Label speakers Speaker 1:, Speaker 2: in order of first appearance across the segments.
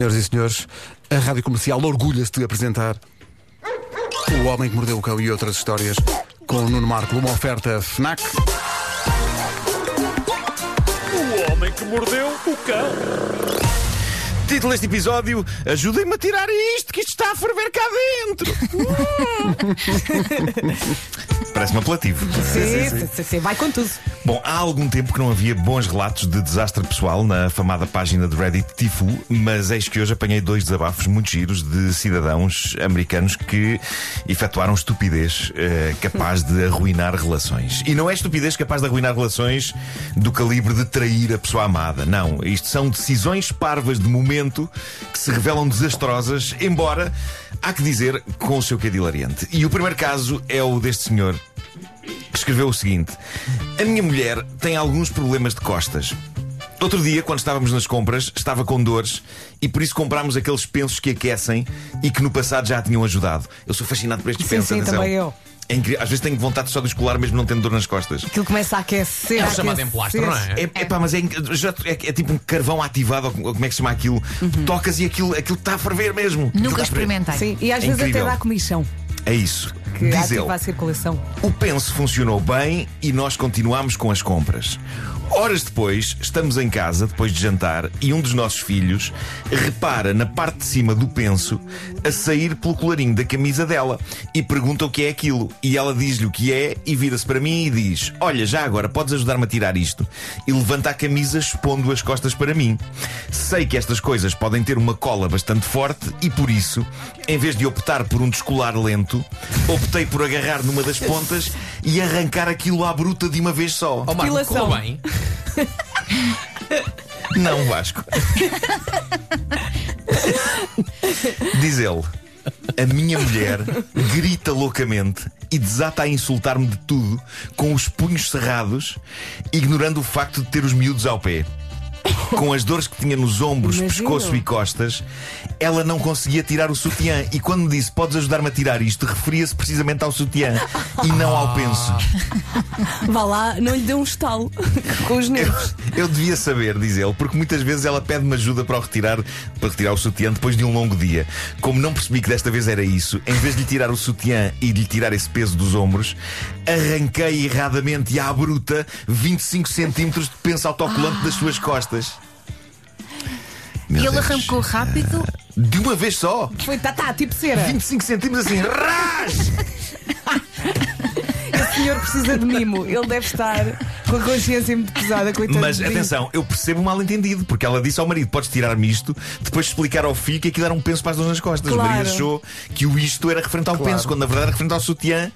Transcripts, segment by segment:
Speaker 1: Senhoras e senhores, a Rádio Comercial orgulha-se de apresentar O Homem que Mordeu o Cão e outras histórias com o Nuno Marco, uma oferta FNAC.
Speaker 2: O homem que mordeu o cão.
Speaker 3: Título deste episódio: Ajudem-me a tirar isto, que isto está a ferver cá dentro. Parece-me apelativo.
Speaker 4: Sim, sim, sim, sim. Vai com tudo.
Speaker 3: Bom, há algum tempo que não havia bons relatos de desastre pessoal na afamada página de Reddit Tifu, mas eis que hoje apanhei dois desabafos muito giros de cidadãos americanos que efetuaram estupidez eh, capaz de arruinar relações. E não é estupidez capaz de arruinar relações do calibre de trair a pessoa amada. Não. Isto são decisões parvas de momento que se revelam desastrosas, embora, há que dizer, com o seu quê de hilariante. E o primeiro caso é o deste senhor que escreveu o seguinte: A minha mulher tem alguns problemas de costas. Outro dia, quando estávamos nas compras, estava com dores e por isso comprámos aqueles pensos que aquecem e que no passado já a tinham ajudado. Eu sou fascinado por estes
Speaker 4: Sim,
Speaker 3: pensos.
Speaker 4: sim,
Speaker 3: atenção.
Speaker 4: também eu.
Speaker 3: É incrível. Às vezes tenho vontade só de escolar mesmo não tendo dor nas costas.
Speaker 4: Aquilo começa a aquecer.
Speaker 2: É o
Speaker 4: a
Speaker 2: chamado
Speaker 4: aquecer.
Speaker 2: emplastro, não é?
Speaker 3: É, é pá, mas é, inc- já- é- é tipo um carvão ativado, ou como é que se chama aquilo?
Speaker 4: Uhum.
Speaker 3: Tocas e aquilo aquilo está a ferver mesmo. Aquilo está
Speaker 5: Nunca
Speaker 3: a ferver.
Speaker 5: experimentei.
Speaker 4: Sim, e
Speaker 3: É
Speaker 4: às vezes
Speaker 3: incrível.
Speaker 4: até dá comichão,
Speaker 3: É isso.
Speaker 4: que
Speaker 3: Diz ele.
Speaker 4: ativa a circulação.
Speaker 3: O penso funcionou bem e nós continuámos com as compras. Horas depois, estamos em casa, depois de jantar, e um dos nossos filhos repara na parte de cima do penso a sair pelo colarinho da camisa dela e pergunta o que é aquilo. E ela diz-lhe o que é e vira-se para mim e diz: Olha, já agora podes ajudar-me a tirar isto. E levanta a camisa, expondo as costas para mim. Sei que estas coisas podem ter uma cola bastante forte e por isso, em vez de optar por um descolar lento, optei por agarrar numa das pontas e arrancar aquilo à bruta de uma vez só.
Speaker 2: Oh, Marco,
Speaker 4: Depilação.
Speaker 2: correu bem.
Speaker 3: Não, Vasco. Diz ele: A minha mulher grita loucamente e desata a insultar-me de tudo, com os punhos cerrados, ignorando o facto de ter os miúdos ao pé. Com as dores que tinha nos ombros,
Speaker 4: Imagino.
Speaker 3: pescoço e costas, ela não conseguia tirar o sutiã. E quando me disse podes ajudar-me a tirar isto, referia-se precisamente ao sutiã e não ao penso.
Speaker 4: Vá lá, não lhe dê um estalo com os
Speaker 3: Eu,
Speaker 4: nervos.
Speaker 3: eu devia saber, diz ele, porque muitas vezes ela pede-me ajuda para o retirar, para retirar o sutiã depois de um longo dia. Como não percebi que desta vez era isso, em vez de lhe tirar o sutiã e de lhe tirar esse peso dos ombros, arranquei erradamente à bruta 25 centímetros de penso autocolante das suas costas. Meu
Speaker 5: E ele
Speaker 3: Deus.
Speaker 5: arrancou rápido.
Speaker 3: De uma vez só?
Speaker 4: Foi tatá, tipo cera.
Speaker 3: 25 centímetros assim, ras!
Speaker 4: O senhor precisa de mimo. Ele deve estar com a consciência muito pesada, coitado.
Speaker 3: Mas
Speaker 4: de mim.
Speaker 3: atenção, eu percebo o mal-entendido, porque ela disse ao marido: podes tirar-me isto, depois explicar ao filho que aquilo era um penso para as dores nas costas. O
Speaker 4: Claro.
Speaker 3: marido achou que o isto era referente ao penso, quando na verdade era referente ao sutiã.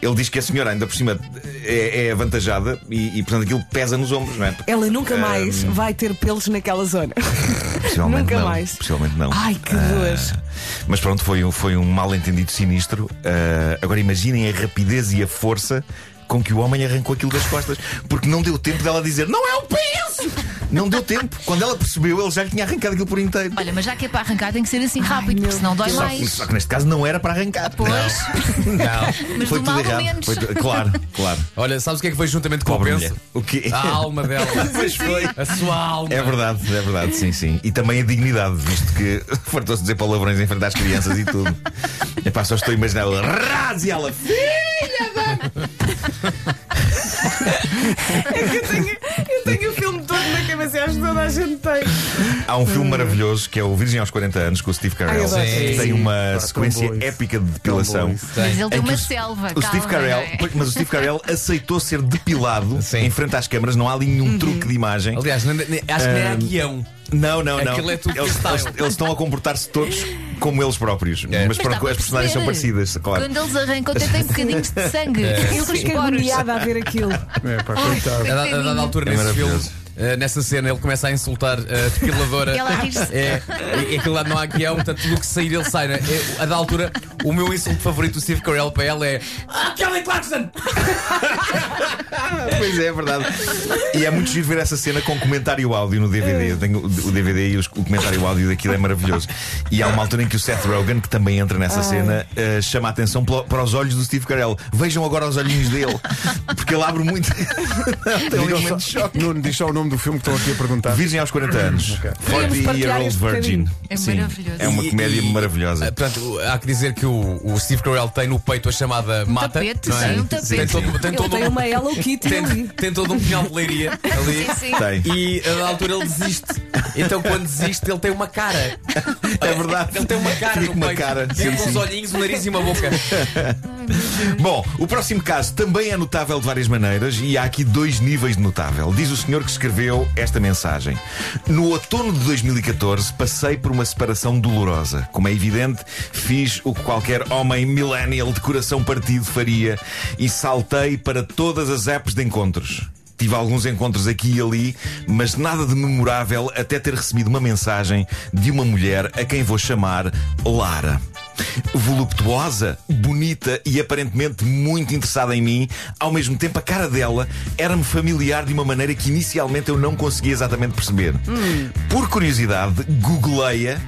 Speaker 3: Ele diz que a senhora, ainda por cima, é, é avantajada e, e, portanto, aquilo pesa nos ombros, não é?
Speaker 4: Ela nunca mais vai ter pelos naquela zona.
Speaker 3: Possivelmente
Speaker 4: nunca
Speaker 3: não,
Speaker 4: mais.
Speaker 3: Possivelmente não. Ah,
Speaker 4: Ai, que dor.
Speaker 3: Mas pronto, foi um, foi um mal-entendido sinistro. Ah, agora imaginem a rapidez e a força com que o homem arrancou aquilo das costas, porque não deu tempo dela dizer não é o peso! Não deu tempo. Quando ela percebeu, ele já lhe tinha arrancado aquilo por inteiro.
Speaker 5: Olha, mas já que é para arrancar, tem que ser assim rápido, porque senão dói
Speaker 3: Só que,
Speaker 5: mais.
Speaker 3: só que neste caso não era para arrancar.
Speaker 5: Ah, Pois,
Speaker 2: Não.
Speaker 5: mas
Speaker 3: Foi
Speaker 5: do
Speaker 3: tudo
Speaker 5: mal ou
Speaker 3: errado.
Speaker 5: menos.
Speaker 3: Foi tu- Claro, claro.
Speaker 2: Olha, sabes o que é que veio juntamente com
Speaker 3: Pobre
Speaker 2: o
Speaker 3: mulher.
Speaker 2: penso?
Speaker 3: O quê?
Speaker 2: A alma dela.
Speaker 3: Pois foi.
Speaker 2: A sua alma.
Speaker 3: É verdade, é verdade, sim, sim. E também a dignidade, visto que fartou-se dizer palavrões em frente às crianças e tudo. Epá, só estou a imaginar ela. Raz e ela.
Speaker 4: Eu tenho, eu tenho o filme todo na cabeça, acho que toda a gente tem.
Speaker 3: Há um filme maravilhoso que é o Virgem aos 40 anos com o Steve
Speaker 4: Ai,
Speaker 3: Carell.
Speaker 4: eu adoro.
Speaker 3: que tem
Speaker 1: Sim. Pá,
Speaker 3: uma
Speaker 1: tão
Speaker 3: sequência
Speaker 1: bom isso.
Speaker 3: épica de
Speaker 1: Tão bom
Speaker 3: depilação.
Speaker 1: isso.
Speaker 5: Mas ele
Speaker 3: Em
Speaker 5: tem
Speaker 3: que
Speaker 5: uma
Speaker 3: o-
Speaker 5: selva.
Speaker 3: O Steve
Speaker 5: calma,
Speaker 3: Carell,
Speaker 5: não é?
Speaker 3: pois, mas o Steve Carell aceitou ser depilado
Speaker 2: Sim.
Speaker 3: em frente às câmaras, não há ali
Speaker 5: Uhum.
Speaker 3: nenhum truque de imagem.
Speaker 2: Aliás, nem- nem- acho que nem é
Speaker 3: Ehm,
Speaker 2: há guião.
Speaker 3: Não, não, não.
Speaker 2: Aquilo é tudo
Speaker 3: eles,
Speaker 2: freestyle.
Speaker 3: eles- eles estão a comportar-se todos como eles próprios. Mas,
Speaker 5: Mas dá
Speaker 3: pronto,
Speaker 5: para
Speaker 3: as personagens são
Speaker 5: perceber.
Speaker 3: parecidas, claro.
Speaker 5: Quando eles arrancam, até tem bocadinhos de sangue.
Speaker 3: É.
Speaker 4: Eu
Speaker 5: Eu
Speaker 4: fiquei agoniada a ver aquilo.
Speaker 1: É, pá, coitado.
Speaker 2: A, dada- a dada altura,
Speaker 3: É
Speaker 2: nesse filme,
Speaker 3: maravilhoso.
Speaker 2: eh, nessa cena, ele começa a insultar a depiladora.
Speaker 5: Ela rir-se.
Speaker 2: É, é, é aquilo lá não há guião, portanto, tudo o que sair ele sai. né? É, a dada altura, O meu insulto favorito do Steve Carell para ela é "Ah, Kelly Clarkson!
Speaker 3: Pois é, é verdade. E é muito giro ver essa cena com comentário áudio no DVD. Eu tenho o o DVD e os- o comentário áudio daquilo é maravilhoso. E há uma altura em que o Seth Rogen, que também entra nessa cena, eh, chama a atenção pelo- para os olhos do Steve Carell. Vejam agora os olhinhos dele, porque ele abre muito. Tem um momento de choque.
Speaker 1: Nuno, diz só o nome do filme que estão aqui a perguntar.
Speaker 3: Virgem aos 40 anos.
Speaker 4: Podíamos
Speaker 3: 40 year
Speaker 4: partilhar
Speaker 3: old
Speaker 4: este
Speaker 3: virgin.
Speaker 4: bocadinho.
Speaker 5: É
Speaker 3: Sim,
Speaker 5: maravilhoso.
Speaker 3: É uma
Speaker 2: E-
Speaker 3: comédia
Speaker 2: e- Ah,
Speaker 3: maravilhosa.
Speaker 2: Portanto, o- há que dizer que o, o Steve Carell tem no peito a chamada mata.
Speaker 5: tapete,
Speaker 2: não é?
Speaker 5: sim, um
Speaker 2: Tem
Speaker 5: tapete.
Speaker 2: todo, tem
Speaker 4: Ele
Speaker 2: todo
Speaker 4: tem
Speaker 2: um,
Speaker 4: uma Hello Kitty
Speaker 2: tem,
Speaker 4: ali.
Speaker 2: tem todo um pinhal de leiria ali.
Speaker 5: Sim, sim.
Speaker 3: Tem.
Speaker 2: E a da altura ele desiste. Então quando desiste, ele tem uma cara.
Speaker 3: É verdade.
Speaker 2: Ele tem uma cara
Speaker 3: Fica
Speaker 2: no
Speaker 3: com uma
Speaker 2: peito.
Speaker 3: cara.
Speaker 2: Tem
Speaker 3: Sim,
Speaker 2: uns
Speaker 3: sim.
Speaker 2: olhinhos, um nariz e uma boca.
Speaker 3: Bom, o próximo caso também é notável de várias maneiras e há aqui dois níveis de notável. Diz o senhor que escreveu esta mensagem. No outono de 2014, passei por uma separação dolorosa. Como é evidente, fiz o que qualquer homem millennial de coração partido faria e saltei para todas as apps de encontros. Tive alguns encontros aqui e ali, mas nada de memorável até ter recebido uma mensagem de uma mulher a quem vou chamar Lara. Voluptuosa, bonita e aparentemente muito interessada em mim, ao mesmo tempo a cara dela era-me familiar de uma maneira que inicialmente eu não conseguia exatamente perceber. Por curiosidade, googlei-a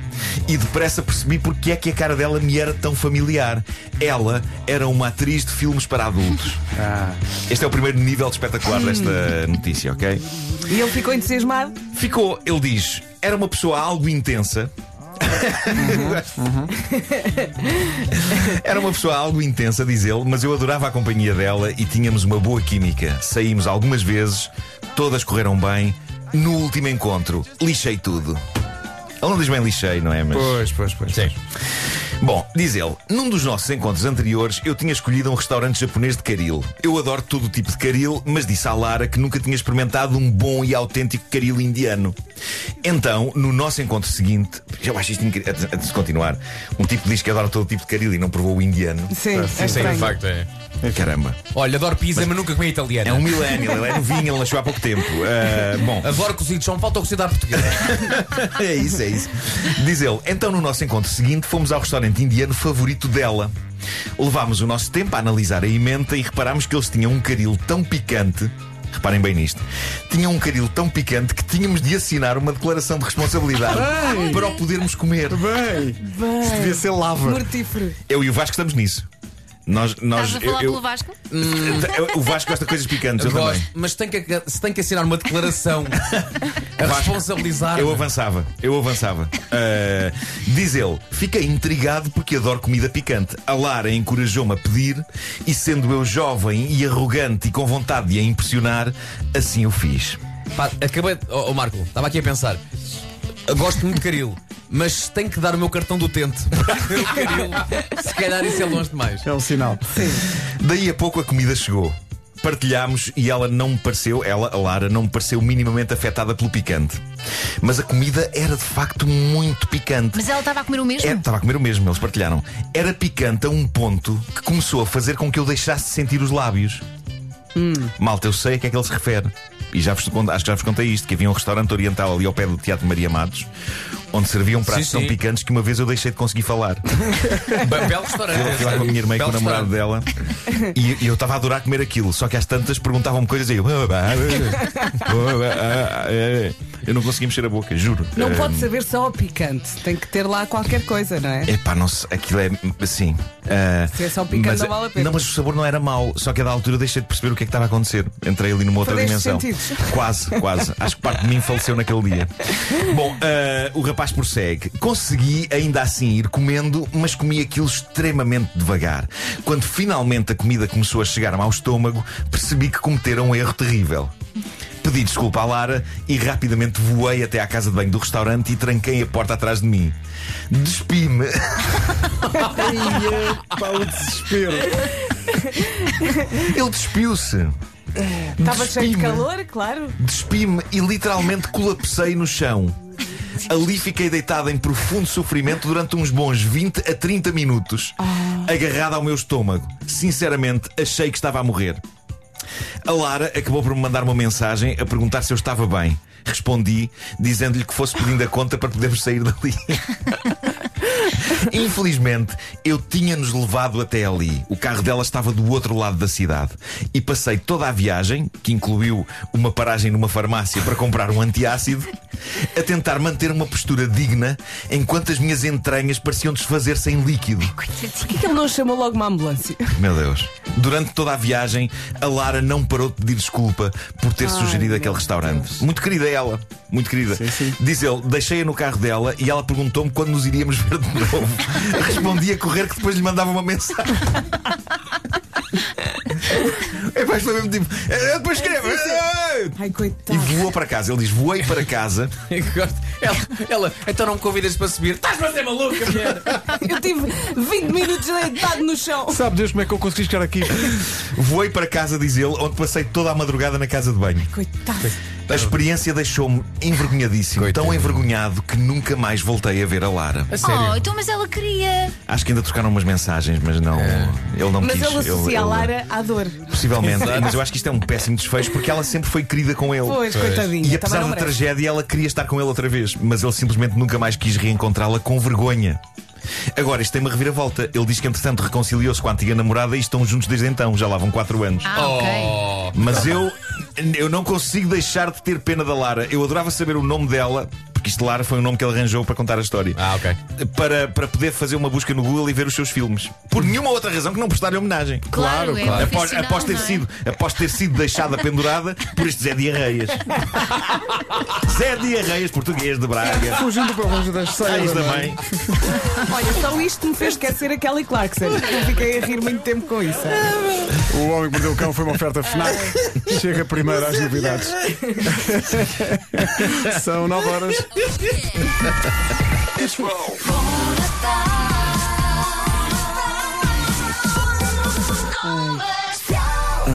Speaker 3: e depressa percebi porque é que a cara dela me era tão familiar. Ela era uma atriz de filmes para adultos. Este é o primeiro nível de espetacular desta notícia, ok?
Speaker 4: E ele ficou entusiasmado.
Speaker 3: Ficou, ele diz, era uma pessoa algo intensa. Era uma pessoa algo intensa, diz ele, mas eu adorava a companhia dela e tínhamos uma boa química. Saímos algumas vezes, todas correram bem. No último encontro, lixei tudo. Ele não diz bem lixei, não é? Mas...
Speaker 1: Pois, pois, pois.
Speaker 2: É
Speaker 3: Sim. Bom, diz ele, num dos nossos encontros anteriores eu tinha escolhido um restaurante japonês de caril. Eu adoro todo o tipo de caril, mas disse à Lara que nunca tinha experimentado um bom e autêntico caril indiano. Então, no nosso encontro seguinte, eu acho isto incrível. Antes- Antes de continuar, um tipo diz que adora todo o tipo de caril e não provou o indiano.
Speaker 4: Sim, é estranho.
Speaker 2: facto é.
Speaker 3: Caramba.
Speaker 2: Olha, adoro pizza, mas, nunca comi italiana.
Speaker 3: É um millennial, ele é novinho, ele nasceu há pouco tempo. Ah, bom.
Speaker 2: Adoro cozidos, só me falta o cozido à portuguesa.
Speaker 3: É isso, é isso. Diz ele, então no nosso encontro seguinte fomos ao restaurante indiano favorito dela. Levámos o nosso tempo a analisar a emenda e reparámos que eles tinham um caril tão picante. Reparem bem nisto. Tinham um caril tão picante que tínhamos de assinar uma declaração de responsabilidade para o podermos comer.
Speaker 1: Bem, isto devia ser lava.
Speaker 4: é Mortífero.
Speaker 3: Eu e o Vasco estamos nisso. Nós, nós,
Speaker 5: Estás a
Speaker 3: eu-
Speaker 5: falar
Speaker 3: eu-
Speaker 5: pelo Vasco?
Speaker 3: eu- o Vasco gosta de coisas picantes, eu
Speaker 2: Gosto,
Speaker 3: também.
Speaker 2: mas tem que, se tem que assinar uma declaração a responsabilizar.
Speaker 3: Eu avançava, eu avançava. Ah, diz ele, fiquei intrigado porque adoro comida picante. A Lara encorajou-me a pedir e, sendo eu jovem e arrogante e com vontade de a impressionar, assim o fiz.
Speaker 2: Pá, acabei. Ó, ó, Marco, estava aqui a pensar. Eu Gosto muito de caril, mas tenho que dar o meu cartão do utente para ver o caril. Se calhar isso é longe demais.
Speaker 1: É um sinal.
Speaker 3: Daí a pouco a comida chegou. Partilhámos e ela não me pareceu, ela, a Lara, não me pareceu minimamente afetada pelo picante. Mas a comida era de facto muito picante.
Speaker 5: Mas ela estava a comer o mesmo?
Speaker 3: É, estava a comer o mesmo, eles partilharam. Era picante a um ponto que começou a fazer com que eu deixasse de sentir os lábios. Malta, eu sei a que é que ele se refere. E já vos, cont- acho que já vos contei isto: que havia um restaurante oriental ali ao pé do Teatro Maria Matos, onde serviam pratos
Speaker 2: Sim,
Speaker 3: tão
Speaker 2: sim.
Speaker 3: picantes que uma vez eu deixei de conseguir falar.
Speaker 2: Be- Belo
Speaker 3: Eu
Speaker 2: restaurante.
Speaker 3: fui lá com a minha irmã e com o
Speaker 2: Belo
Speaker 3: namorado
Speaker 2: restaurante.
Speaker 3: dela e, e eu estava a adorar comer aquilo. Só que às tantas perguntavam-me coisas e eu. Eu não conseguia mexer a boca, juro.
Speaker 4: Não
Speaker 3: Eh,
Speaker 4: pode saber só ao picante. Tem que ter lá qualquer coisa, não é?
Speaker 3: Epá, não sei, aquilo é assim. ah,
Speaker 4: Se é só picante,
Speaker 3: mas,
Speaker 4: não vale a pena.
Speaker 3: Não, mas o sabor não era mau, só que a da altura eu deixei de perceber o que é que estava a acontecer. Entrei ali numa outra
Speaker 4: Perdeste
Speaker 3: dimensão.
Speaker 4: sentidos.
Speaker 3: Quase, quase. Acho que parte de mim faleceu naquele dia. Bom, ah, o rapaz prossegue. Consegui ainda assim ir comendo, mas comi aquilo extremamente devagar. Quando finalmente a comida começou a chegar-me ao estômago, percebi que cometeram um erro terrível. Pedi desculpa à Lara e rapidamente voei até à casa de banho do restaurante e tranquei a porta atrás de mim. Despi-me.
Speaker 1: Pá, o desespero.
Speaker 3: Ele despiu-se.
Speaker 4: Estava cheio de
Speaker 3: Despime.
Speaker 4: calor, claro.
Speaker 3: Despi-me e literalmente colapsei no chão. Ali fiquei deitado em profundo sofrimento durante uns bons 20 a 30 minutos, agarrado ao meu estômago. Sinceramente, achei que estava a morrer. A Lara acabou por me mandar uma mensagem a perguntar se eu estava bem. Respondi, dizendo-lhe que fosse pedindo a conta para podermos sair dali. Infelizmente, eu tinha-nos levado até ali. O carro dela estava do outro lado da cidade. E passei toda a viagem, que incluiu uma paragem numa farmácia para comprar um antiácido, a tentar manter uma postura digna enquanto as minhas entranhas pareciam desfazer-se em líquido.
Speaker 4: Porquê que ele não chamou logo uma ambulância?
Speaker 3: Meu Deus. Durante toda a viagem, a Lara não parou de pedir desculpa por ter sugerido aquele restaurante. Muito querida ela. Muito querida. Diz ele, deixei-a no carro dela e ela perguntou-me quando nos iríamos ver de novo. Respondi a correr que depois lhe mandava uma mensagem. É pá, isto é mesmo tipo. "Eh, Depois escreve. eh, eh".
Speaker 4: Ai,
Speaker 3: E
Speaker 4: coitado.
Speaker 3: voou para casa. Ele diz: voei para casa.
Speaker 2: Eu gosto. Ela, ela, então não me convidas para subir. Estás-me a ser maluca, mulher!
Speaker 4: Eu tive 20 minutos deitado no chão.
Speaker 1: Sabe Deus como é que eu consegui chegar aqui?
Speaker 3: Voei para casa, diz ele, onde passei toda a madrugada na casa de banho.
Speaker 4: Coitado.
Speaker 3: A experiência deixou-me envergonhadíssimo,
Speaker 2: Coitado.
Speaker 3: tão envergonhado que nunca mais voltei a ver a Lara.
Speaker 2: A
Speaker 5: Oh,
Speaker 2: sério.
Speaker 5: então mas ela queria.
Speaker 3: Acho que ainda trocaram umas mensagens, mas não. Ele não
Speaker 4: Mas
Speaker 3: quis.
Speaker 4: ele associa a Lara à dor.
Speaker 3: Possivelmente, mas eu acho que isto é um péssimo desfecho porque ela sempre foi querida com ele.
Speaker 4: Pois,
Speaker 3: E
Speaker 4: coitadinha. também
Speaker 3: apesar
Speaker 4: não
Speaker 3: da
Speaker 4: merece.
Speaker 3: tragédia, ela queria estar com ele outra vez, mas ele simplesmente nunca mais quis reencontrá-la com vergonha. Agora, isto tem uma reviravolta. Ele diz que, entretanto, reconciliou-se com a antiga namorada e estão juntos desde então, já lá vão 4 anos.
Speaker 5: Ah, ok.
Speaker 2: Oh.
Speaker 3: Mas eu, eu não consigo deixar de ter pena da Lara. Eu adorava saber o nome dela, porque isto Lara foi o nome que ele arranjou para contar a história.
Speaker 2: Ah, ok.
Speaker 3: Para, para poder fazer uma busca no Google e ver os seus filmes. Por nenhuma outra razão que não prestar homenagem.
Speaker 5: Claro, é claro.
Speaker 3: Após,
Speaker 5: profissional,
Speaker 3: após ter
Speaker 5: não é?
Speaker 3: sido, após ter sido deixada pendurada por este Zé Diarreias. Zé Diarreias, português de Braga.
Speaker 1: Fugindo para longe das
Speaker 3: Eis
Speaker 1: saias
Speaker 3: da mãe.
Speaker 4: Olha, só isto me fez esquecer a Kelly Clarkson. Eu fiquei a rir muito tempo com isso.
Speaker 1: O Homem que Mordeu o Cão foi uma oferta FNAC. Chega primeiro às novidades. São 9 horas.
Speaker 5: Star.